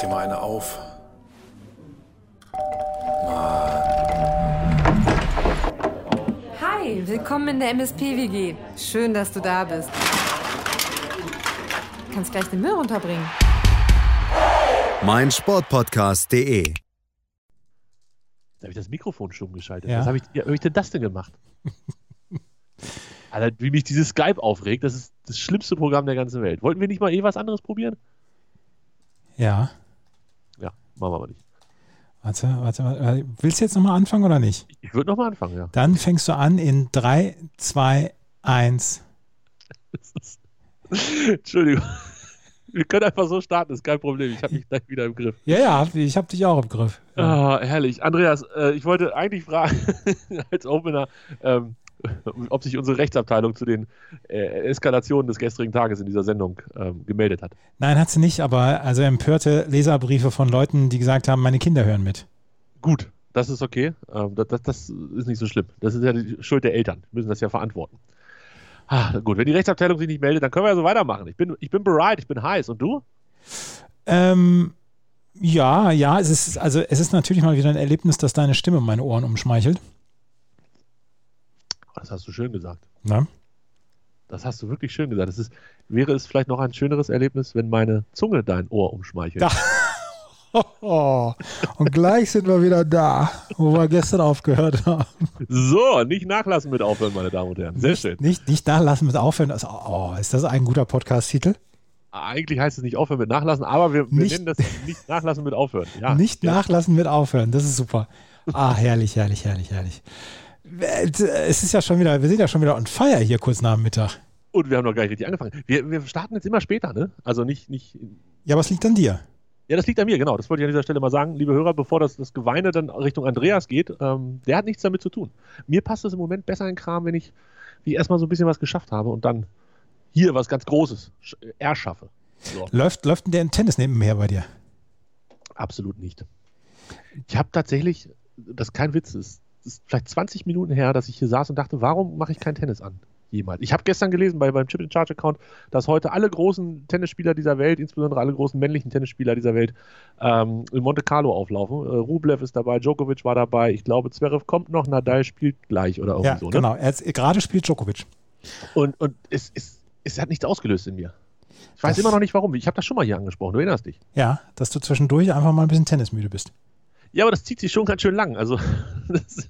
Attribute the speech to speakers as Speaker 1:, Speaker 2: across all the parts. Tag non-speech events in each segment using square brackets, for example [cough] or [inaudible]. Speaker 1: dir mal eine auf.
Speaker 2: Hi, willkommen in der MSP-WG. Schön, dass du da bist. Du kannst gleich den Müll runterbringen.
Speaker 3: mein Sportpodcast.de.
Speaker 4: Da habe ich das Mikrofon stumm geschaltet.
Speaker 5: Ja.
Speaker 4: Was habe ich, ja, hab ich denn das denn [laughs] gemacht? Alter, wie mich dieses Skype aufregt, das ist das schlimmste Programm der ganzen Welt. Wollten wir nicht mal eh was anderes probieren?
Speaker 5: Ja.
Speaker 4: Ja, machen wir aber nicht.
Speaker 5: Warte, warte, warte. Willst du jetzt nochmal anfangen oder nicht?
Speaker 4: Ich würde nochmal anfangen, [laughs] ja.
Speaker 5: Dann fängst du an in 3, 2, 1.
Speaker 4: Das ist- Entschuldigung. [laughs] Wir können einfach so starten, ist kein Problem. Ich habe mich gleich wieder im Griff.
Speaker 5: Ja, ja, ich habe dich auch im Griff. Ja.
Speaker 4: Ah, herrlich. Andreas, äh, ich wollte eigentlich fragen, [laughs] als Opener, ähm, ob sich unsere Rechtsabteilung zu den äh, Eskalationen des gestrigen Tages in dieser Sendung ähm, gemeldet hat.
Speaker 5: Nein, hat sie nicht, aber also empörte Leserbriefe von Leuten, die gesagt haben, meine Kinder hören mit.
Speaker 4: Gut, das ist okay. Ähm, das, das, das ist nicht so schlimm. Das ist ja die Schuld der Eltern. Die müssen das ja verantworten. Ah, gut, wenn die Rechtsabteilung sich nicht meldet, dann können wir ja so weitermachen. Ich bin, ich bin bereit, ich bin heiß. Und du? Oh,
Speaker 5: Ähm, ja, ja, es ist, also es ist natürlich mal wieder ein Erlebnis, dass deine Stimme meine Ohren umschmeichelt.
Speaker 4: Oh, das hast du schön gesagt. [laughs]
Speaker 5: Ne?
Speaker 4: Das hast du wirklich schön gesagt. Das ist, wäre es vielleicht noch ein schöneres Erlebnis, wenn meine Zunge dein Ohr umschmeichelt.
Speaker 5: Da- Oh, und gleich sind wir wieder da, wo wir gestern aufgehört haben.
Speaker 4: So, nicht nachlassen mit aufhören, meine Damen und Herren. Sehr schön.
Speaker 5: Nicht, nicht da lassen mit aufhören. Also, oh, ist das ein guter Podcast-Titel?
Speaker 4: Eigentlich heißt es nicht aufhören mit nachlassen, aber wir, wir
Speaker 5: Nicht-
Speaker 4: nennen das nicht nachlassen mit aufhören. Ja,
Speaker 5: nicht
Speaker 4: Ah, ja.
Speaker 5: nachlassen mit aufhören. Das ist super. Ah, herrlich, herrlich, herrlich, herrlich. Äh, Es ist ja schon wieder, wir sind ja schon wieder on fire hier kurz nach dem Mittag.
Speaker 4: Und wir haben noch gar nicht richtig angefangen. Wir, wir starten jetzt immer später, ne? Also nicht, nicht
Speaker 5: Ja, was liegt an dir?
Speaker 4: Ja, das liegt an mir, genau. Das wollte ich an dieser Stelle mal sagen, liebe Hörer, bevor das, das Geweine dann Richtung Andreas geht, ähm, der hat nichts damit zu tun. Mir passt es im Moment besser in den Kram, wenn ich, wenn ich erstmal so ein bisschen was geschafft habe und dann hier was ganz Großes sch- erschaffe. So,
Speaker 5: Läuft, läuft denn der Tennis nebenher bei dir?
Speaker 4: absolut nicht. Ich habe tatsächlich, das ist kein Witz, es ist vielleicht 20 Minuten her, dass ich hier saß und dachte, warum mache ich kein Tennis an? Jemals. Ich habe gestern gelesen bei, beim Chip and Charge Account, dass heute alle großen Tennisspieler dieser Welt, insbesondere alle großen männlichen Tennisspieler dieser Welt, ähm, in Monte Carlo auflaufen. Äh, Rublev ist dabei, Djokovic war dabei, ich glaube, Zverev kommt noch, Nadal spielt gleich oder irgendwie
Speaker 5: ja,
Speaker 4: so. Ne?
Speaker 5: genau. Er hat- gerade spielt Djokovic.
Speaker 4: Und, und es, es, es hat nichts ausgelöst in mir. Ich weiß
Speaker 5: Das-
Speaker 4: immer noch nicht warum. Ich habe das schon mal hier angesprochen, du erinnerst dich.
Speaker 5: Ja, dass du zwischendurch einfach mal ein bisschen tennismüde bist.
Speaker 4: Ja, aber das zieht sich schon ganz schön lang. Also [laughs] das,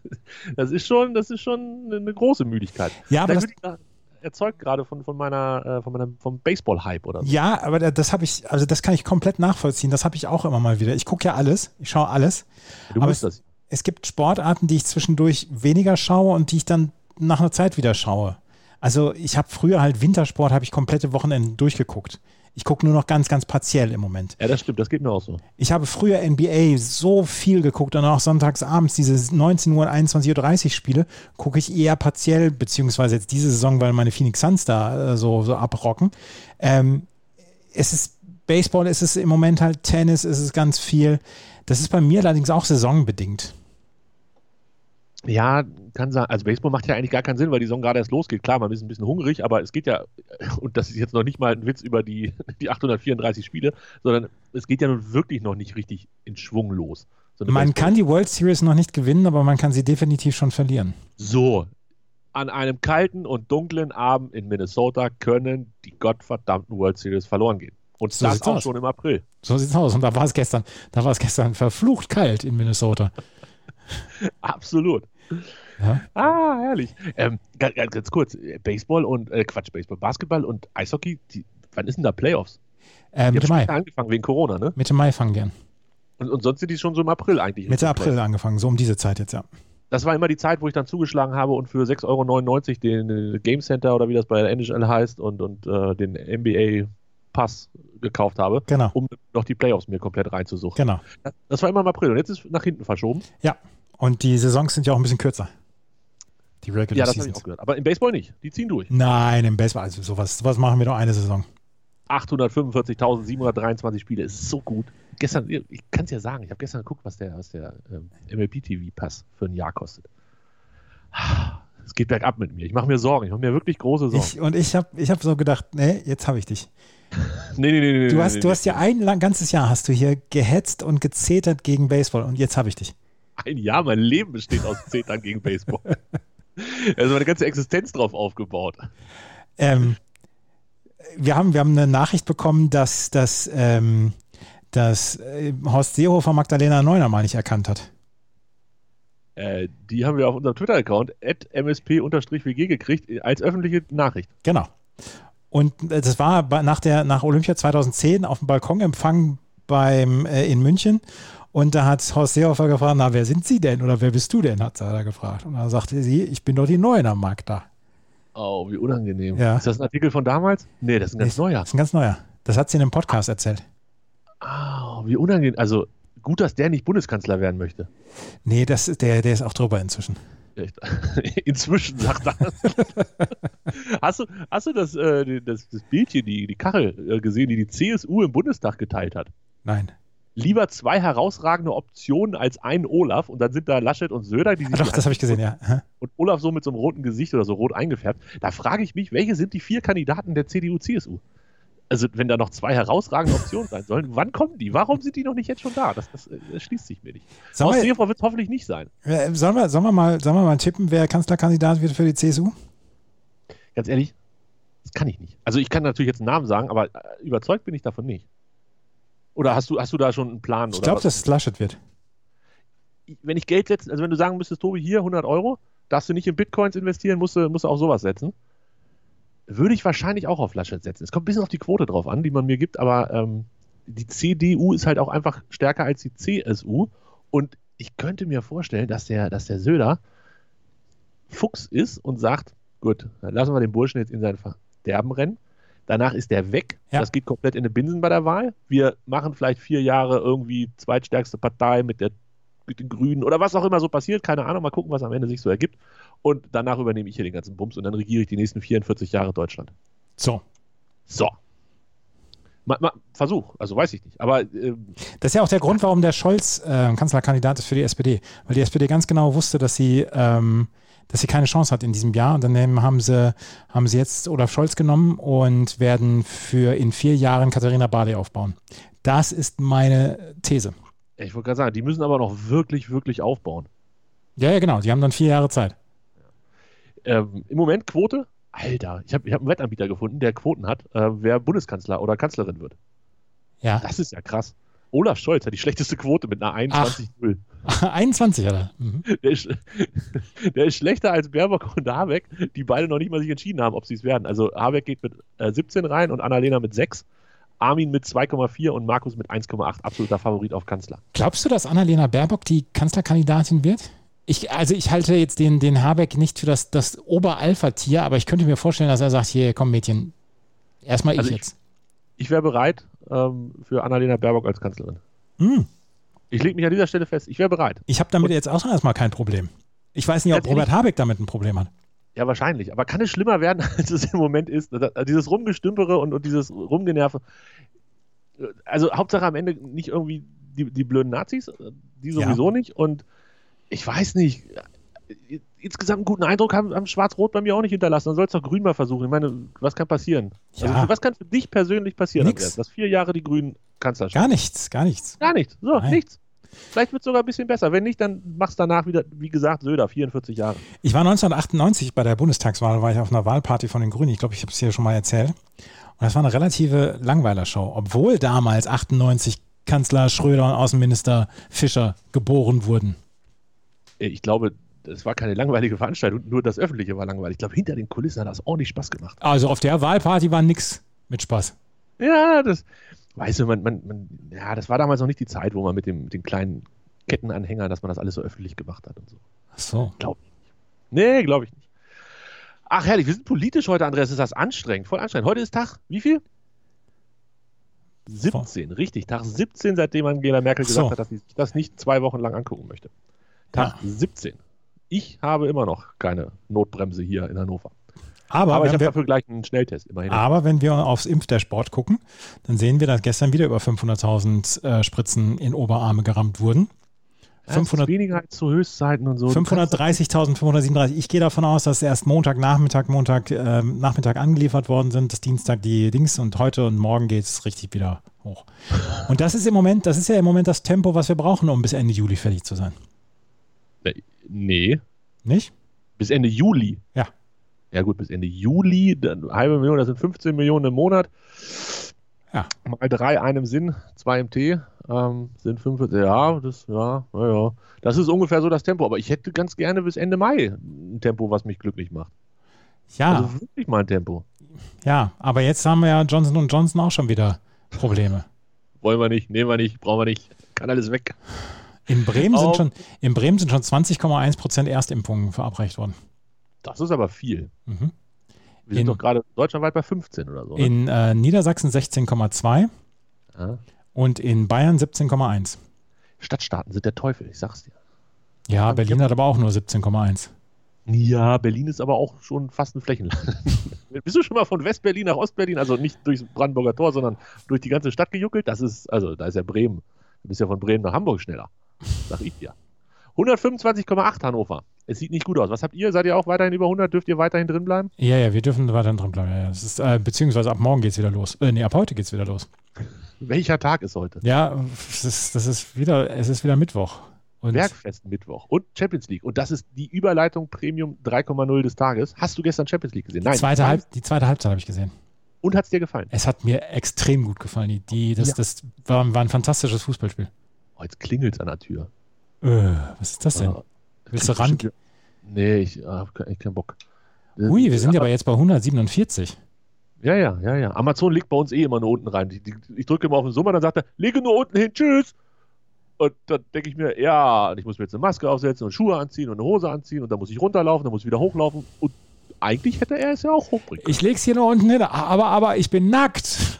Speaker 4: das ist schon, das ist schon eine große Müdigkeit.
Speaker 5: Ja, aber
Speaker 4: Vielleicht
Speaker 5: das,
Speaker 4: bin ich da erzeugt gerade von, von meiner, äh, von meiner, vom Baseball-Hype oder so.
Speaker 5: Ja, aber da- das habe ich, also das kann ich komplett nachvollziehen. Das habe ich auch immer mal wieder. Ich gucke ja alles, ich schaue alles.
Speaker 4: Du
Speaker 5: aber
Speaker 4: musst das.
Speaker 5: Es gibt Sportarten, die ich zwischendurch weniger schaue und die ich dann nach einer Zeit wieder schaue. Also ich habe früher halt Wintersport, habe ich komplette Wochenenden durchgeguckt. Ich gucke nur noch ganz, ganz partiell im Moment.
Speaker 4: Ja, das stimmt, das geht mir auch so.
Speaker 5: Ich habe früher NBA so viel geguckt und auch sonntags abends diese 19 Uhr und 21.30 Uhr Spiele gucke ich eher partiell, beziehungsweise jetzt diese Saison, weil meine Phoenix Suns da äh, so, so abrocken. Ähm, es ist Baseball, es ist im Moment halt Tennis, es ist ganz viel. Das ist bei mir allerdings auch saisonbedingt.
Speaker 4: Ja, kann sein. Also Baseball macht ja eigentlich gar keinen Sinn, weil die Saison gerade erst losgeht. Klar, man ist ein bisschen hungrig, aber es geht ja, [laughs] und das ist jetzt noch nicht mal ein Witz über die, [laughs] die 834 Spiele, sondern es geht ja nun wirklich noch nicht richtig in Schwung los. So eine
Speaker 5: Man
Speaker 4: Baseball-
Speaker 5: kann die World Series noch nicht gewinnen, aber man kann sie definitiv schon verlieren.
Speaker 4: So, an einem kalten und dunklen Abend in Minnesota können die gottverdammten World Series verloren gehen. Und
Speaker 5: So
Speaker 4: das
Speaker 5: sieht's
Speaker 4: auch
Speaker 5: aus.
Speaker 4: schon im April. [laughs]
Speaker 5: So sieht's aus. Und da war es gestern, da war es gestern verflucht kalt in Minnesota.
Speaker 4: Absolut.
Speaker 5: Ja.
Speaker 4: Ah, herrlich. Ähm, ganz, ganz kurz, äh, Baseball und, äh, Quatsch, Baseball, Basketball und Eishockey, die, wann ist denn da Playoffs?
Speaker 5: Äh,
Speaker 4: Die haben
Speaker 5: Mitte Mai.
Speaker 4: später angefangen wegen Corona, ne?
Speaker 5: Mitte Mai fangen die an.
Speaker 4: Und, und sonst sind die schon so im April eigentlich.
Speaker 5: Mitte
Speaker 4: Richtung
Speaker 5: April angefangen, so um diese Zeit jetzt, ja.
Speaker 4: Das war immer die Zeit, wo ich dann zugeschlagen habe und für 6,99 Euro den äh, Game Center oder wie das bei der NHL heißt und, und äh, den NBA Pass gekauft habe,
Speaker 5: Genau,
Speaker 4: um noch die Playoffs mir komplett reinzusuchen.
Speaker 5: genau.
Speaker 4: Das war immer im April und jetzt ist nach hinten verschoben.
Speaker 5: Und die Saisons sind ja auch ein bisschen kürzer. Die Regular
Speaker 4: ja, das habe ich
Speaker 5: Seasons.
Speaker 4: auch gehört. Aber im Baseball nicht. Die ziehen durch.
Speaker 5: Nein, im Baseball, also sowas, sowas machen wir doch eine Saison.
Speaker 4: 845.723 Spiele ist so gut. Gestern, ich kann es ja sagen, ich habe gestern geguckt, was der, was der ähm, MLB TV Pass für ein Jahr kostet. es geht bergab mit mir. Ich mache mir Sorgen. Ich mache mir wirklich große
Speaker 5: [laughs]
Speaker 4: Sorgen.
Speaker 5: Ich, und ich habe ich hab so gedacht, nee, jetzt habe ich dich.
Speaker 4: nee, nee, nee, nee.
Speaker 5: Du
Speaker 4: nee,
Speaker 5: hast,
Speaker 4: nee,
Speaker 5: du hast ja ein lang, ganzes Jahr hast du hier gehetzt und gezetert gegen Baseball und jetzt habe ich dich.
Speaker 4: Ein Jahr, mein Leben besteht aus Zetern gegen
Speaker 5: [laughs]
Speaker 4: Baseball. Also meine ganze Existenz drauf aufgebaut.
Speaker 5: Ähm, wir, haben, wir haben eine Nachricht bekommen, dass, dass, ähm, dass äh, Horst Seehofer Magdalena Neuner mal nicht erkannt hat.
Speaker 4: Äh, die haben wir auf unserem Twitter-Account msp-wg gekriegt als öffentliche Nachricht.
Speaker 5: Genau. Und äh, das war bei- nach, der, nach Olympia 2010 auf dem Balkonempfang beim, äh, in München. Und da hat Horst Seehofer gefragt, na, wer sind Sie denn oder wer bist du denn, hat sie- hat er gefragt. Und dann sagte sie, ich bin doch die Neuner Magda.
Speaker 4: Oh, wie unangenehm.
Speaker 5: Ja.
Speaker 4: Ist das ein Artikel von damals? Nee, das ist ein ganz neuer.
Speaker 5: Das ist ein ganz neuer. Das hat sie in einem Podcast erzählt.
Speaker 4: Oh, wie unangenehm. Also gut, dass der nicht Bundeskanzler werden möchte.
Speaker 5: Nee, das, ist- der, der ist auch drüber inzwischen.
Speaker 4: Echt? [laughs] Inzwischen sagt
Speaker 5: [laughs]
Speaker 4: er. hast, du, hast du das, äh, die- das, das Bildchen, die, die Kachel äh, gesehen, die die CSU im Bundestag geteilt hat?
Speaker 5: Nein.
Speaker 4: Lieber zwei herausragende Optionen als einen Olaf und dann sind da Laschet und Söder, die sich
Speaker 5: Doch, das habe ich gesehen, ja. Hä?
Speaker 4: und Olaf so mit so einem roten Gesicht oder so rot eingefärbt. Da frage ich mich, welche sind die vier Kandidaten der CDU-CSU? Also, wenn da noch zwei herausragende Optionen sein sollen, wann kommen die? Warum sind die noch nicht jetzt schon da? Das, das, äh, das schließt sich mir nicht.
Speaker 5: Sollen
Speaker 4: Horst
Speaker 5: wir,
Speaker 4: Seehofer wird es hoffentlich nicht sein.
Speaker 5: äh, sollen, wir, sollen, wir mal, sollen wir mal tippen, wer Kanzlerkandidat wird für die CSU?
Speaker 4: Ganz ehrlich, das kann ich nicht. Also, ich kann natürlich jetzt einen Namen sagen, aber äh, überzeugt bin ich davon nicht. Oder hast du, hast du da schon einen Plan?
Speaker 5: Ich
Speaker 4: oder
Speaker 5: glaube,
Speaker 4: was?
Speaker 5: dass es Laschet wird.
Speaker 4: Wenn ich Geld setze, also wenn du sagen müsstest, Tobi, hier 100 Euro, darfst du nicht in Bitcoins investieren, musst du, musst du auf sowas setzen. Würde ich wahrscheinlich auch auf Laschet setzen. Es kommt ein bisschen auf die Quote drauf an, die man mir gibt, aber ähm, die CDU ist halt auch einfach stärker als die CSU. Und ich könnte mir vorstellen, dass der, dass der Söder Fuchs ist und sagt: Gut, dann lassen wir den Burschen jetzt in sein Verderben rennen. Danach ist der weg.
Speaker 5: Ja.
Speaker 4: Das geht komplett in den Binsen bei der Wahl. Wir machen vielleicht vier Jahre irgendwie zweitstärkste Partei mit, der, mit den Grünen oder was auch immer so passiert. Keine Ahnung, mal gucken, was am Ende sich so ergibt. Und danach übernehme ich hier den ganzen Bums und dann regiere ich die nächsten 44 Jahre Deutschland.
Speaker 5: So.
Speaker 4: So. Ma, ma, Versuch, also weiß ich nicht. Aber ähm,
Speaker 5: Das ist ja auch der Grund, warum der Scholz äh, Kanzlerkandidat ist für die SPD. Weil die SPD ganz genau wusste, dass sie, ähm, dass sie keine Chance hat in diesem Jahr. Und dann nehmen- haben sie, haben sie jetzt Olaf Scholz genommen und werden für in vier Jahren Katharina Barley aufbauen. Das ist meine These.
Speaker 4: ich wollte gerade sagen, die müssen aber noch wirklich, wirklich aufbauen.
Speaker 5: Ja, ja, genau. Die haben dann vier Jahre Zeit.
Speaker 4: Ähm, Im Moment Quote? Alter, ich habe ich hab einen Wettanbieter gefunden, der Quoten hat, äh, wer Bundeskanzler oder Kanzlerin wird.
Speaker 5: Ja. [laughs]
Speaker 4: Das ist ja krass. Olaf Scholz hat die schlechteste Quote mit einer 21-0.
Speaker 5: 21, oder? Mhm.
Speaker 4: Der ist, [laughs] der ist schlechter als Baerbock und Habeck, die beide noch nicht mal sich entschieden haben, ob sie es werden. Also Habeck geht mit äh, 17 rein und Annalena mit 6, Armin mit 2,4 und Markus mit 1,8. Absoluter Favorit auf Kanzler.
Speaker 5: Glaubst du, dass Annalena Baerbock die Kanzlerkandidatin wird? Ich, also ich halte jetzt den, den Habeck nicht für das, das Oberalpha-Tier, aber ich könnte mir vorstellen, dass er sagt, hier, komm Mädchen, erstmal
Speaker 4: Also
Speaker 5: ich
Speaker 4: ich-
Speaker 5: jetzt.
Speaker 4: Ich wäre bereit ähm, für Annalena Baerbock als Kanzlerin.
Speaker 5: Hm.
Speaker 4: Ich lege mich an dieser Stelle fest, ich wäre bereit.
Speaker 5: Ich habe damit jetzt auch erstmal kein Problem. Ich weiß nicht, ob
Speaker 4: Natürlich.
Speaker 5: Robert Habeck damit ein Problem hat.
Speaker 4: Ja, wahrscheinlich. Aber kann es schlimmer werden, [laughs] als es im Moment ist? Da- Dieses Rumgestümpere und, und dieses Rumgenerve. Also Hauptsache am Ende nicht irgendwie die, die blöden Nazis, äh, die sowieso nicht. Und ich weiß nicht. äh, Insgesamt einen guten Eindruck haben, haben Schwarz-Rot bei mir auch nicht hinterlassen. Dann soll es doch Grün mal versuchen. Ich meine, was kann passieren?
Speaker 5: Ja.
Speaker 4: Also, was kann für dich persönlich passieren,
Speaker 5: Nix.
Speaker 4: Andreas? Dass vier Jahre die Grünen Kanzlerschaft.
Speaker 5: Gar nichts, gar nichts.
Speaker 4: Gar nichts. So,
Speaker 5: Nein.
Speaker 4: nichts. Vielleicht wird es sogar ein bisschen besser. Wenn nicht, dann machst danach wieder, wie gesagt, Söder, 44 Jahre.
Speaker 5: Ich war 1998 bei der Bundestagswahl, war ich auf einer Wahlparty von den Grünen. Ich glaube, ich habe es hier schon mal erzählt. Und das war eine relative Langweilershow, obwohl damals 98 Kanzler Schröder und Außenminister Fischer geboren wurden.
Speaker 4: Äh, ich glaube, es war keine langweilige Veranstaltung, nur das Öffentliche war langweilig. Ich glaube, hinter den Kulissen hat das ordentlich Spaß gemacht.
Speaker 5: Also auf der Wahlparty war nix mit Spaß.
Speaker 4: Ja, das, weißt du, man, man, man, ja, das war damals noch nicht die Zeit, wo man mit dem, mit den kleinen Kettenanhängern, dass man das alles so öffentlich gemacht hat und so.
Speaker 5: Ach so.
Speaker 4: Nee, glaube ich nicht. Ach, herrlich, wir sind politisch heute, Andreas, ist das anstrengend, voll anstrengend. Heute ist Tag, wie viel? 17, richtig, Tag 17, seitdem Angela Merkel
Speaker 5: Ach
Speaker 4: gesagt
Speaker 5: so.
Speaker 4: hat, dass sie sich das nicht zwei Wochen lang angucken möchte. Tag 17. Ich habe immer noch keine Notbremse hier in Hannover.
Speaker 5: Aber,
Speaker 4: Aber ich
Speaker 5: wenn
Speaker 4: habe
Speaker 5: wir, Ah,
Speaker 4: dafür gleich einen Schnelltest, immerhin.
Speaker 5: aber wenn wir aufs Impfdashboard gucken, dann sehen wir, dass gestern wieder über 500.000 äh, Spritzen in Oberarme gerammt wurden. 500
Speaker 4: weniger als zu Höchstzeiten und so. Du kannst-
Speaker 5: 530.537. Ich gehe davon aus, dass erst Montag, Nachmittag, Montag, ähm, Nachmittag angeliefert worden sind, dass Dienstag die Dings und heute und morgen geht es richtig wieder hoch. Und das ist im Moment, das ist ja im Moment das Tempo, was wir brauchen, um bis Ende Juli fertig zu sein.
Speaker 4: Nee,
Speaker 5: Nicht?
Speaker 4: bis Ende Juli.
Speaker 5: Ja.
Speaker 4: Ja gut, bis Ende Juli, dann eine halbe Million, das sind 15 Millionen im Monat.
Speaker 5: Ja.
Speaker 4: Mal drei, einem Sinn, zwei im T, ähm, sind 45, ja, das, ja, naja. Das ist ungefähr so das Tempo, aber ich hätte ganz gerne bis Ende Mai ein Tempo, was mich glücklich macht.
Speaker 5: Ja,
Speaker 4: Also wirklich mal ein Tempo.
Speaker 5: ja. Aber jetzt haben wir ja Johnson Johnson auch schon wieder Probleme.
Speaker 4: Wollen wir nicht, nehmen wir nicht, brauchen wir nicht. Kann alles weg.
Speaker 5: In Bremen
Speaker 4: Oh.
Speaker 5: sind schon, in Bremen sind schon 20,1 Prozent Erstimpfungen verabreicht worden.
Speaker 4: Das ist aber viel.
Speaker 5: Mhm.
Speaker 4: Wir sind
Speaker 5: In-
Speaker 4: doch gerade deutschlandweit bei 15 oder so. ne?
Speaker 5: In äh, Niedersachsen 16,2
Speaker 4: ja.
Speaker 5: und in Bayern 17,1.
Speaker 4: Stadtstaaten sind der Teufel, ich sag's dir.
Speaker 5: Ja, Berlin hat aber auch nur 17,1.
Speaker 4: Ja, Berlin ist aber auch schon fast ein
Speaker 5: [laughs]
Speaker 4: Flächenland. Bist du schon mal von Westberlin nach Ostberlin, also nicht durchs Brandenburger Tor, sondern durch die ganze Stadt gejuckelt? Das ist, also da ist ja Bremen. Du bist ja von Bremen nach Hamburg schneller. Sag ich dir. 125,8 Hannover. Es sieht nicht gut aus. Was habt ihr? Seid ihr auch weiterhin über 100? Dürft ihr weiterhin drin bleiben?
Speaker 5: Ja, ja, wir dürfen weiter drin bleiben. Ja, ja. Es ist, äh, beziehungsweise ab morgen geht's wieder los. Äh, nee, ab heute geht's wieder los.
Speaker 4: Welcher Tag ist heute?
Speaker 5: Ja, es ist, das ist wieder, es ist wieder Mittwoch. Und
Speaker 4: Bergfest Mittwoch und Champions League. Und das ist die Überleitung Premium 3,0 des Tages. Hast du gestern Champions League gesehen?
Speaker 5: die zweite,
Speaker 4: Nein.
Speaker 5: Halb, die zweite Halbzeit habe ich gesehen.
Speaker 4: Und hat es dir gefallen?
Speaker 5: Es hat mir extrem gut gefallen. Die, die, das
Speaker 4: Ja.
Speaker 5: das war, war ein fantastisches Fußballspiel.
Speaker 4: Oh, jetzt klingelt an der Tür.
Speaker 5: Äh, was ist das denn?
Speaker 4: Ah,
Speaker 5: Willst du ran?
Speaker 4: Nee, ich habe keinen keinen Bock. Äh,
Speaker 5: Ui, wir sind ja aber jetzt bei 147.
Speaker 4: Ja, ja, ja, ja. Amazon legt bei uns eh immer nur unten rein. Ich, ich drücke immer auf den Summer, dann sagt er, lege nur unten hin, tschüss. Und dann denke ich mir, ja, und ich muss mir jetzt eine Maske aufsetzen und Schuhe anziehen und eine Hose anziehen und dann muss ich runterlaufen, dann muss ich wieder hochlaufen. Und eigentlich hätte er es ja auch hochbringen können.
Speaker 5: Ich leg's hier nur unten hin, aber, aber ich bin nackt.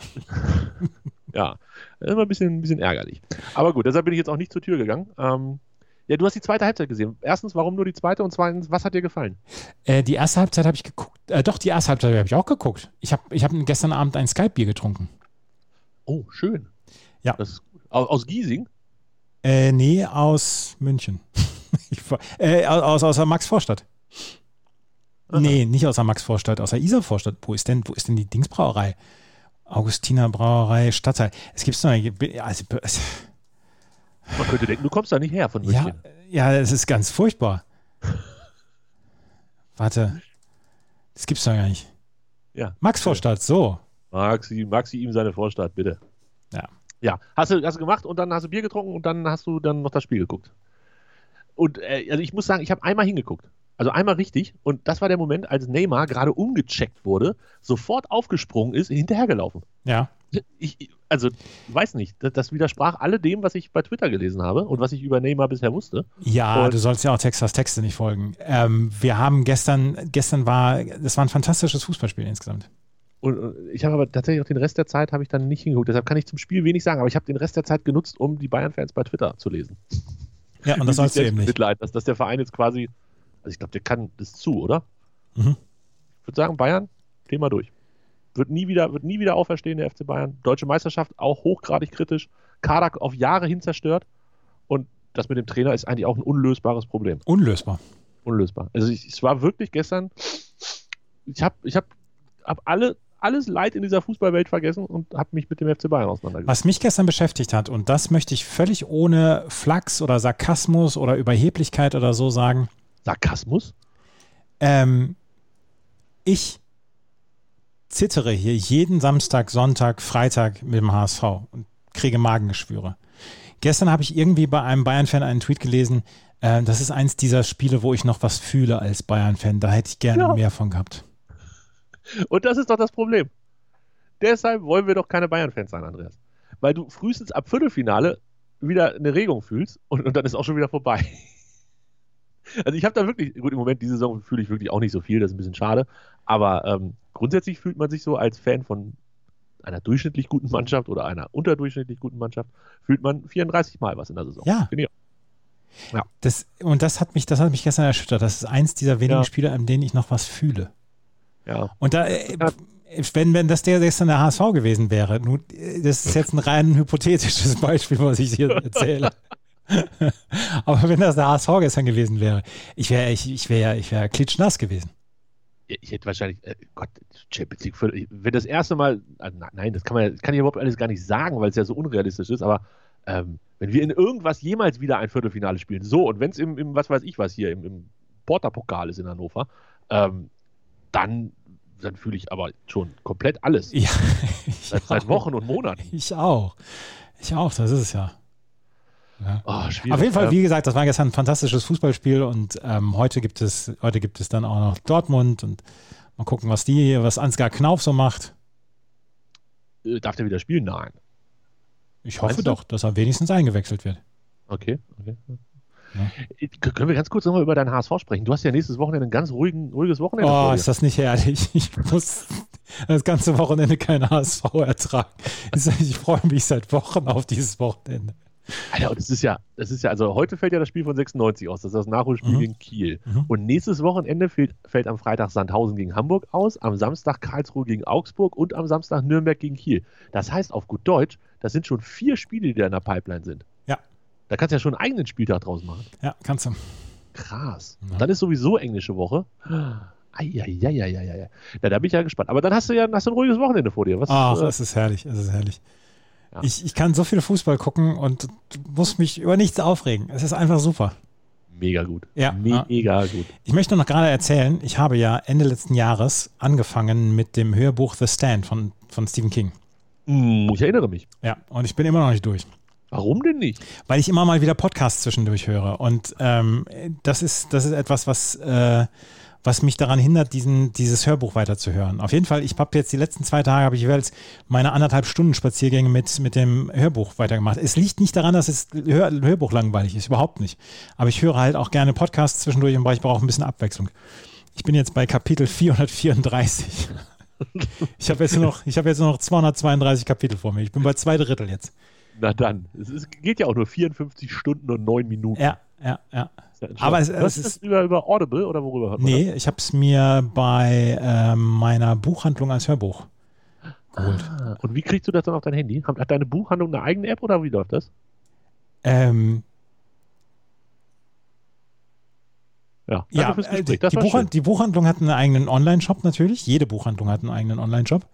Speaker 4: Ja, das ist immer ein bisschen, ein bisschen ärgerlich. Aber gut, deshalb bin ich jetzt auch nicht zur Tür gegangen. Ähm, ja, du hast die zweite Halbzeit gesehen. Erstens, warum nur die zweite? Und zweitens, was hat dir gefallen?
Speaker 5: Äh, die erste Halbzeit habe ich geguckt. Äh, doch, die erste Halbzeit habe ich auch geguckt. Ich habe ich hab gestern Abend ein Skype-Bier getrunken.
Speaker 4: Oh, schön.
Speaker 5: Ja.
Speaker 4: Das ist gut. Aus, aus Giesing?
Speaker 5: Äh, nee, aus München. [laughs] ich war, äh, aus, aus der Max-Vorstadt. Nee, nicht aus der Max-Vorstadt, aus der Isar-Vorstadt. Wo ist denn, wo ist denn die Dingsbrauerei? Augustiner Brauerei, Stadtteil. Es gibt's noch eine, also, es-
Speaker 4: Man könnte denken, du kommst da nicht her von München.
Speaker 5: ja, ja, es ist ganz furchtbar. Warte. Das gibt's doch gar nicht.
Speaker 4: Ja.
Speaker 5: Max-Vorstadt, so.
Speaker 4: Maxi, Maxi ihm seine Vorstadt, bitte.
Speaker 5: Ja.
Speaker 4: Ja, hast du, hast du gemacht und dann hast du Bier getrunken und dann hast du dann noch das Spiel geguckt. Und äh, also ich muss sagen, ich habe einmal hingeguckt. Also einmal richtig und das war der Moment, als Neymar gerade umgecheckt wurde, sofort aufgesprungen ist, hinterhergelaufen.
Speaker 5: Ja.
Speaker 4: Ich, ich- also, weiß nicht, das, das widersprach alle dem, was ich bei Twitter gelesen habe und was ich über Neymar bisher wusste.
Speaker 5: Ja,
Speaker 4: Und-
Speaker 5: du sollst ja auch Texas Texte nicht folgen. Ähm, wir haben gestern, gestern war, das war ein fantastisches Fußballspiel insgesamt.
Speaker 4: Und äh, ich habe aber tatsächlich auch den Rest der Zeit habe ich dann nicht hingeguckt. Deshalb kann ich zum Spiel wenig sagen, aber ich habe den Rest der Zeit genutzt, um die Bayern-Fans bei Twitter zu lesen.
Speaker 5: Ja, und das
Speaker 4: [laughs]
Speaker 5: sollst du eben nicht.
Speaker 4: Mitleid, dass, dass der Verein jetzt quasi, also ich glaube, der kann das zu, oder?
Speaker 5: Mhm.
Speaker 4: Ich würde sagen, Bayern, Thema durch. Wird nie wieder, wird nie wieder auferstehen, der FC Bayern. Deutsche Meisterschaft auch hochgradig kritisch. Kader auf Jahre hin zerstört. Und das mit dem Trainer ist eigentlich auch ein unlösbares Problem.
Speaker 5: Unlösbar.
Speaker 4: Unlösbar. Also ich, es war wirklich gestern, ich habe ich hab, hab alle, alles Leid in dieser Fußballwelt vergessen und habe mich mit dem FC Bayern auseinandergesetzt.
Speaker 5: Was mich gestern beschäftigt hat, und das möchte ich völlig ohne Flachs oder Sarkasmus oder Überheblichkeit oder so sagen,
Speaker 4: Sarkasmus?
Speaker 5: ähm, ich zittere hier jeden Samstag, Sonntag, Freitag mit dem HSV und kriege Magengeschwüre. Gestern habe ich irgendwie bei einem Bayern-Fan einen Tweet gelesen, äh, das ist eins dieser Spiele, wo ich noch was fühle als Bayern-Fan. Da hätte ich gerne
Speaker 4: Ja.
Speaker 5: mehr von gehabt.
Speaker 4: Und das ist doch das Problem. Deshalb wollen wir doch keine Bayern-Fans sein, Andreas. Weil du frühestens ab Viertelfinale wieder eine Regung fühlst und, und dann ist auch schon wieder vorbei. [laughs] Also ich habe da wirklich, gut, im Moment, diese Saison fühle ich wirklich auch nicht so viel, das ist ein bisschen schade. Aber ähm, grundsätzlich fühlt man sich so als Fan von einer durchschnittlich guten Mannschaft oder einer unterdurchschnittlich guten Mannschaft, fühlt man 34 Mal was in der Saison.
Speaker 5: Ja.
Speaker 4: Finde ich
Speaker 5: Das, und das hat mich, das hat mich gestern erschüttert. Das ist eins dieser wenigen
Speaker 4: Ja.
Speaker 5: Spiele, an denen ich noch was fühle.
Speaker 4: auch. ja.
Speaker 5: Und da, äh,
Speaker 4: Ja.
Speaker 5: wenn, wenn das der gestern der HSV [laughs] gewesen wäre, nun, äh, das ist jetzt ein rein hypothetisches Beispiel, was ich hier erzähle. [laughs] Aber wenn das der HSV gestern gewesen wäre, ich wäre ich, ich wär, ich wär klitschnass gewesen. [laughs]
Speaker 4: Ich hätte wahrscheinlich, äh, Gott, Champions League, für, wenn das erste Mal, ah, na- nein, das kann man, kann ich überhaupt alles gar nicht sagen, weil es ja so unrealistisch ist, aber ähm, wenn wir in irgendwas jemals wieder ein Viertelfinale spielen, so, und wenn es im, im, was weiß ich was hier, im, im Porter-Pokal ist in Hannover, ähm, dann, dann fühle ich aber schon komplett alles.
Speaker 5: Ja,
Speaker 4: Seit, seit Wochen und Monaten.
Speaker 5: Ich auch. Ich auch, das ist es ja.
Speaker 4: Oh, schwierig.
Speaker 5: Auf jeden Fall,
Speaker 4: Ähm,
Speaker 5: wie gesagt, das war gestern ein fantastisches Fußballspiel und ähm, heute gibt es, heute gibt es dann auch noch Dortmund und mal gucken, was die hier, was Ansgar Knauf so macht.
Speaker 4: äh, darf der wieder spielen? Nein.
Speaker 5: Ich hoffe
Speaker 4: Meinst du?
Speaker 5: doch, dass er wenigstens eingewechselt wird.
Speaker 4: Okay, okay.
Speaker 5: Ja.
Speaker 4: Äh, k- Können wir ganz kurz nochmal über deinen HSV sprechen? Du hast ja nächstes Wochenende ein ganz ruhigen, ruhiges Wochenende.
Speaker 5: Oh,
Speaker 4: vor
Speaker 5: ist
Speaker 4: dir.
Speaker 5: das nicht herrlich. [laughs] Ich muss das ganze Wochenende kein HSV ertragen. Ich freue mich seit Wochen auf dieses Wochenende.
Speaker 4: Alter, und das ist ja, das ist ja, also heute fällt ja das Spiel von 96 aus, das ist das Nachholspiel
Speaker 5: Mhm.
Speaker 4: gegen Kiel.
Speaker 5: Mhm.
Speaker 4: Und nächstes Wochenende fällt, fällt am Freitag Sandhausen gegen Hamburg aus, am Samstag Karlsruhe gegen Augsburg und am Samstag Nürnberg gegen Kiel. Das heißt auf gut Deutsch, das sind schon vier Spiele, die da in der Pipeline sind.
Speaker 5: Ja.
Speaker 4: Da kannst du ja schon einen eigenen Spieltag draus machen.
Speaker 5: Ja, kannst du.
Speaker 4: Krass.
Speaker 5: Ja.
Speaker 4: Dann ist sowieso englische Woche. Eieieiei. Na, da bin ich ja gespannt. Aber dann hast du ja hast du ein ruhiges Wochenende vor dir. Was,
Speaker 5: Ach,
Speaker 4: äh,
Speaker 5: es ist herrlich, es ist herrlich.
Speaker 4: Ja.
Speaker 5: Ich, ich kann so viel Fußball gucken und muss mich über nichts aufregen. Es ist einfach super.
Speaker 4: mega gut.
Speaker 5: Ja, ja.
Speaker 4: Mega gut.
Speaker 5: Ich möchte noch gerade erzählen, ich habe ja Ende letzten Jahres angefangen mit dem Hörbuch The Stand von, von Stephen King.
Speaker 4: Mm, Ich erinnere mich.
Speaker 5: Ja, und ich bin immer noch nicht durch.
Speaker 4: Warum denn nicht?
Speaker 5: weil ich immer mal wieder Podcasts zwischendurch höre. Und ähm, das, ist, das ist etwas, was, äh, was mich daran hindert, diesen, dieses Hörbuch weiterzuhören. Auf jeden Fall, ich habe jetzt die letzten zwei Tage, habe ich jeweils meine anderthalb Stunden Spaziergänge mit, mit dem Hörbuch weitergemacht. Es liegt nicht daran, dass das Hör, Hörbuch langweilig ist, überhaupt nicht. Aber ich höre halt auch gerne Podcasts zwischendurch, und ich brauche ein bisschen Abwechslung. Ich bin jetzt bei Kapitel 434. [laughs] Ich habe jetzt, nur noch- ich habe jetzt nur noch 232 Kapitel vor mir. Ich bin bei zwei Drittel jetzt.
Speaker 4: Na dann. Es ist, geht ja auch nur 54 Stunden und 9 Minuten.
Speaker 5: Ja, ja, ja.
Speaker 4: Ist ja ein Scheiß.
Speaker 5: Aber es-
Speaker 4: Hörst du
Speaker 5: es
Speaker 4: das
Speaker 5: ist-
Speaker 4: über, über Audible oder worüber hört man
Speaker 5: Nee, ich habe es mir bei ähm, meiner Buchhandlung als Hörbuch geholt.
Speaker 4: das? Und wie kriegst du das dann auf dein Handy? Hat, hat deine Buchhandlung eine eigene App oder wie läuft das?
Speaker 5: Ähm,
Speaker 4: Ja, danke
Speaker 5: ja,
Speaker 4: fürs
Speaker 5: äh,
Speaker 4: Gespräch.
Speaker 5: die,
Speaker 4: das
Speaker 5: die,
Speaker 4: war schön.
Speaker 5: Buchhand die Buchhandlung hat einen eigenen Online-Shop natürlich. Jede Buchhandlung hat einen eigenen Online-Shop.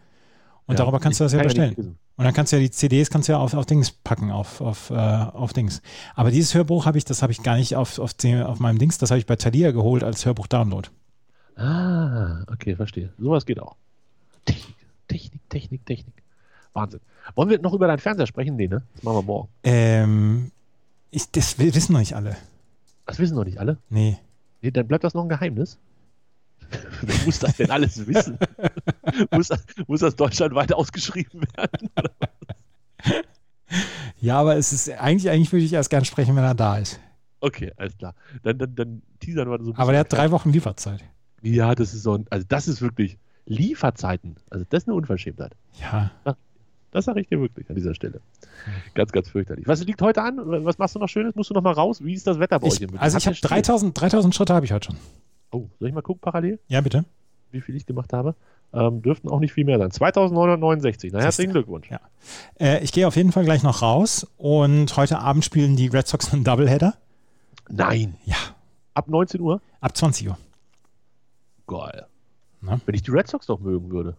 Speaker 5: Und
Speaker 4: Ja,
Speaker 5: darüber kannst du
Speaker 4: ich
Speaker 5: das ja
Speaker 4: kann nicht
Speaker 5: bestellen.
Speaker 4: lesen.
Speaker 5: Und dann kannst du ja die CDs kannst du ja auf, auf Dings packen, auf, auf, äh, auf Dings. Aber dieses Hörbuch habe ich, das habe ich gar nicht auf, auf, dem, auf meinem Dings, das habe ich bei Thalia geholt als Hörbuch-Download.
Speaker 4: Ah, okay, verstehe. Sowas geht auch. Technik, Technik, Technik, Technik. Wahnsinn. Wollen wir noch über deinen Fernseher sprechen? Nee, ne? Das machen wir morgen.
Speaker 5: Ähm, ich, das wi- wissen noch nicht alle.
Speaker 4: Das wissen noch nicht alle.
Speaker 5: Nee.
Speaker 4: Nee, dann bleibt das noch ein Geheimnis. [laughs] Wer muss das denn alles
Speaker 5: [laughs]
Speaker 4: wissen? muss, das- muss das deutschlandweit ausgeschrieben werden?
Speaker 5: Ja, aber es ist eigentlich, eigentlich würde ich erst gern sprechen, wenn er da ist.
Speaker 4: Okay, alles klar. Dann, dann, dann teasern wir so ein
Speaker 5: Aber der hat drei Wochen Lieferzeit.
Speaker 4: bisschen. Ja, das ist so ein, also das ist wirklich Lieferzeiten. Also das ist eine Unverschämtheit.
Speaker 5: Ja.
Speaker 4: Das sage ich dir wirklich an dieser Stelle. Ganz, ganz fürchterlich. Was liegt heute an? Was machst du noch Schönes? Musst du noch mal raus? Wie ist das Wetter bei euch?
Speaker 5: Ich,
Speaker 4: in München?
Speaker 5: also ich
Speaker 4: Hat
Speaker 5: habe
Speaker 4: es Schnee?
Speaker 5: 3000, 3000 Schritte habe ich heute schon.
Speaker 4: Oh, soll ich mal gucken parallel,
Speaker 5: Ja, bitte.
Speaker 4: wie viel ich gemacht habe? Ähm, dürften auch nicht viel mehr sein. 2969. Na, herzlichen Glückwunsch.
Speaker 5: Ja. Äh, ich gehe auf jeden Fall gleich noch raus und heute Abend spielen die Red Sox einen Doubleheader.
Speaker 4: Nein.
Speaker 5: Ja,
Speaker 4: Ab 19 Uhr?
Speaker 5: ab 20 Uhr.
Speaker 4: Geil.
Speaker 5: Na?
Speaker 4: Wenn ich die Red Sox doch mögen würde.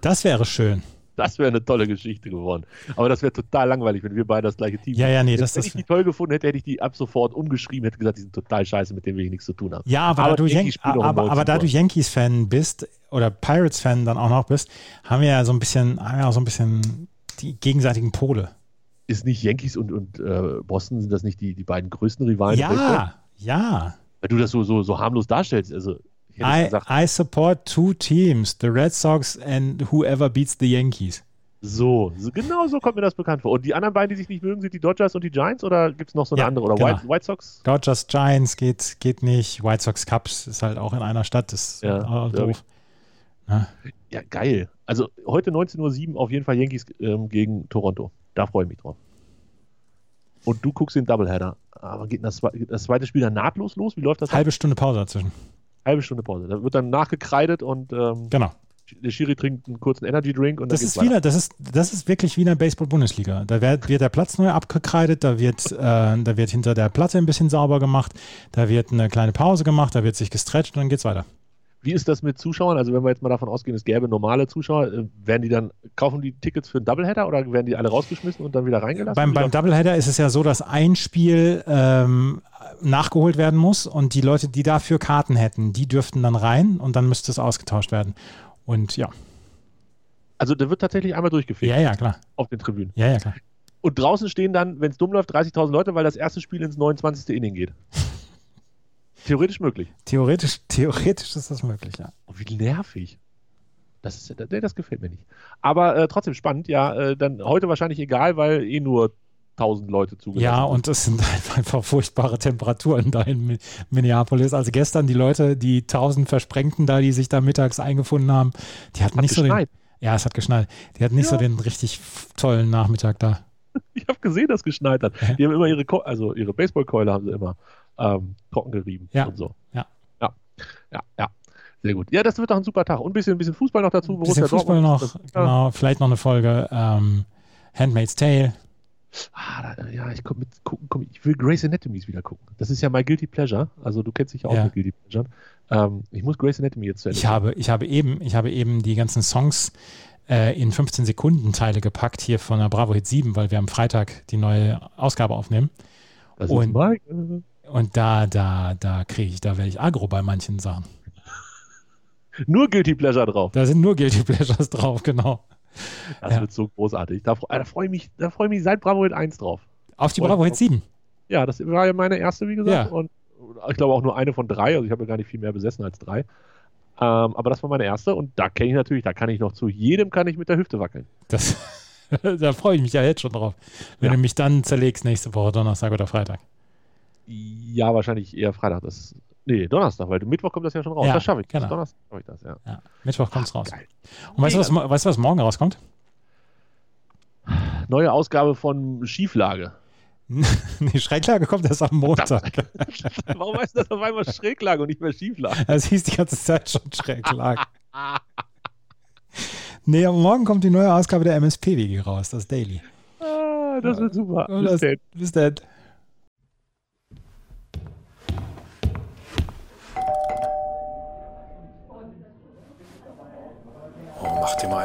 Speaker 5: Das wäre schön.
Speaker 4: Das wäre eine tolle Geschichte geworden. Aber das wäre total langweilig, wenn wir beide das gleiche Team
Speaker 5: Ja, ja, nee, das,
Speaker 4: Wenn
Speaker 5: das
Speaker 4: ich die toll gefunden hätte, hätte ich die ab sofort umgeschrieben, hätte gesagt, die sind total scheiße, mit denen will ich nichts zu tun haben.
Speaker 5: Ja, aber,
Speaker 4: Aber
Speaker 5: da du,
Speaker 4: Yankees
Speaker 5: Yan
Speaker 4: spielen doch um
Speaker 5: aber,
Speaker 4: 19
Speaker 5: aber da du
Speaker 4: Uhr.
Speaker 5: Yankees-Fan bist oder Pirates-Fan dann auch noch bist, haben wir ja so ein bisschen, haben wir auch so ein bisschen die gegenseitigen Pole.
Speaker 4: Ist nicht Yankees und, und äh, Boston, sind das nicht die, die beiden größten Rivalen? im Baseball?
Speaker 5: Ja, ja.
Speaker 4: Weil du das so, so, so harmlos darstellst. Also, ich hätte
Speaker 5: I,
Speaker 4: gesagt,
Speaker 5: I support two teams, the Red Sox and whoever beats the Yankees.
Speaker 4: so, so, genau so kommt mir das bekannt vor. Und die anderen beiden, die sich nicht mögen, sind die Dodgers und die Giants oder gibt es noch so eine
Speaker 5: Ja,
Speaker 4: andere? Oder
Speaker 5: genau.
Speaker 4: White, White Sox?
Speaker 5: Dodgers Giants geht, geht nicht. White Sox Cubs ist halt auch in einer Stadt. Ist
Speaker 4: Ja,
Speaker 5: auch
Speaker 4: glaub
Speaker 5: doof.
Speaker 4: Ja, geil. Also heute 19.07 Uhr auf jeden Fall Yankees ähm, gegen Toronto. Da freue ich mich drauf. Und du guckst den Doubleheader. Aber geht das, zwe- geht das zweite Spiel dann nahtlos los? Wie läuft das?
Speaker 5: Halbe Stunde Pause dazwischen.
Speaker 4: halbe Stunde Pause. Da wird dann nachgekreidet und ähm,
Speaker 5: Genau.
Speaker 4: der Schiri trinkt einen kurzen Energy Drink und dann
Speaker 5: Das
Speaker 4: geht's
Speaker 5: ist
Speaker 4: weiter.
Speaker 5: wieder, das ist, das ist wirklich wie in der Baseball-Bundesliga. Da wird, wird der Platz neu abgekreidet, da wird, äh, da wird hinter der Platte ein bisschen sauber gemacht, da wird eine kleine Pause gemacht, da wird sich gestretcht und dann geht's weiter.
Speaker 4: Wie ist das mit Zuschauern? Also wenn wir jetzt mal davon ausgehen, es gäbe normale Zuschauer, äh, werden die dann, kaufen die Tickets für einen Doubleheader oder werden die alle rausgeschmissen und dann wieder reingelassen?
Speaker 5: Beim, beim Doubleheader ist es ja so, dass ein Spiel ähm, nachgeholt werden muss und die Leute, die dafür Karten hätten, die dürften dann rein und dann müsste es ausgetauscht werden. Und ja,
Speaker 4: also der wird tatsächlich einmal durchgefegt
Speaker 5: ja, ja, klar.
Speaker 4: auf den Tribünen.
Speaker 5: Ja, ja, klar.
Speaker 4: Und draußen stehen dann, wenn es dumm läuft, 30.000 Leute, weil das erste Spiel ins 29. Inning geht. Theoretisch möglich.
Speaker 5: Theoretisch, theoretisch ist das möglich, ja.
Speaker 4: Oh, wie nervig. Das, ist, nee, das gefällt mir nicht. Aber äh, trotzdem spannend, ja. Äh, dann heute wahrscheinlich egal, weil eh nur 1000 Leute zugelassen
Speaker 5: Ja, und es sind [laughs] halt einfach furchtbare Temperaturen da in Mi- Minneapolis. Also gestern die Leute, die tausend Versprengten da, die sich da mittags eingefunden haben, die hatten
Speaker 4: Hat
Speaker 5: nicht
Speaker 4: geschneit.
Speaker 5: so den. Ja, es hat geschneit. Die hatten nicht so
Speaker 4: Ja.
Speaker 5: den richtig f- tollen Nachmittag da.
Speaker 4: Ich habe gesehen, dass geschneit hat. Die haben immer ihre, Ko also ihre Baseballkeule haben sie immer ähm, trocken gerieben
Speaker 5: Ja,
Speaker 4: und so.
Speaker 5: ja.
Speaker 4: ja, ja, ja. Sehr gut. Ja, das wird doch ein super Tag. Und ein bisschen, ein bisschen Fußball noch dazu.
Speaker 5: bisschen Fußball noch, genau, vielleicht noch eine Folge ähm, Handmaid's Tale.
Speaker 4: Ah, da, ja, ich komm mit, gucken, komm, ich will Grey's Anatomy wieder gucken. Das ist ja my Guilty Pleasure. Also du kennst dich ja auch
Speaker 5: Ja.
Speaker 4: mit Guilty Pleasure. Ähm, ich muss Grey's Anatomy jetzt zu Ende
Speaker 5: Ich habe, ich habe eben, ich habe eben die ganzen Songs äh, in 15 Sekunden Teile gepackt hier von der Bravo Hit 7, weil wir am Freitag die neue Ausgabe aufnehmen.
Speaker 4: Das
Speaker 5: und-
Speaker 4: ist Mike.
Speaker 5: Und da, da, da kriege ich, da werde ich agro bei manchen Sachen.
Speaker 4: [laughs] Nur Guilty Pleasure drauf.
Speaker 5: Da sind nur Guilty [laughs] Pleasures drauf, genau.
Speaker 4: Das
Speaker 5: Ja.
Speaker 4: wird so großartig. Da, fre- ah, da freue ich mich, da freue ich mich seit Bravo Hit 1 drauf.
Speaker 5: Auf die
Speaker 4: Und-
Speaker 5: Bravo Hit 7.
Speaker 4: Ja, das war ja meine erste, wie gesagt.
Speaker 5: Ja.
Speaker 4: Und ich glaube auch nur eine von drei. Also ich habe ja gar nicht viel mehr besessen als drei. Ähm, aber das war meine erste. Und da kenne ich natürlich, da kann ich noch zu jedem kann ich mit der Hüfte wackeln.
Speaker 5: Das, [laughs] da freue ich mich ja jetzt schon drauf. Wenn
Speaker 4: Ja.
Speaker 5: du mich dann zerlegst nächste Woche, Donnerstag oder Freitag.
Speaker 4: Ja, wahrscheinlich eher Freitag. Das, nee, Donnerstag, weil Mittwoch kommt das ja schon raus.
Speaker 5: Ja,
Speaker 4: das schaffe ich.
Speaker 5: genau.
Speaker 4: Donnerstag schaffe ich das, ja.
Speaker 5: Ja. Mittwoch kommt's raus.
Speaker 4: geil.
Speaker 5: Und weißt du, was, mo- weißt du, was morgen rauskommt?
Speaker 4: Neue Ausgabe von [laughs] Schieflage.
Speaker 5: [laughs] Die Schräglage kommt erst am Montag.
Speaker 4: Warum heißt das auf einmal Schräglage und nicht mehr Schieflage?
Speaker 5: Das hieß Also die ganze Zeit schon Schräglage. Nee, aber morgen kommt die neue Ausgabe der MSP-Wiki raus, das Daily.
Speaker 4: Ah, das wird super.
Speaker 5: Oh,
Speaker 4: Bis
Speaker 5: das-
Speaker 4: denn.
Speaker 5: Bis dann.
Speaker 1: Oh, mach dir mal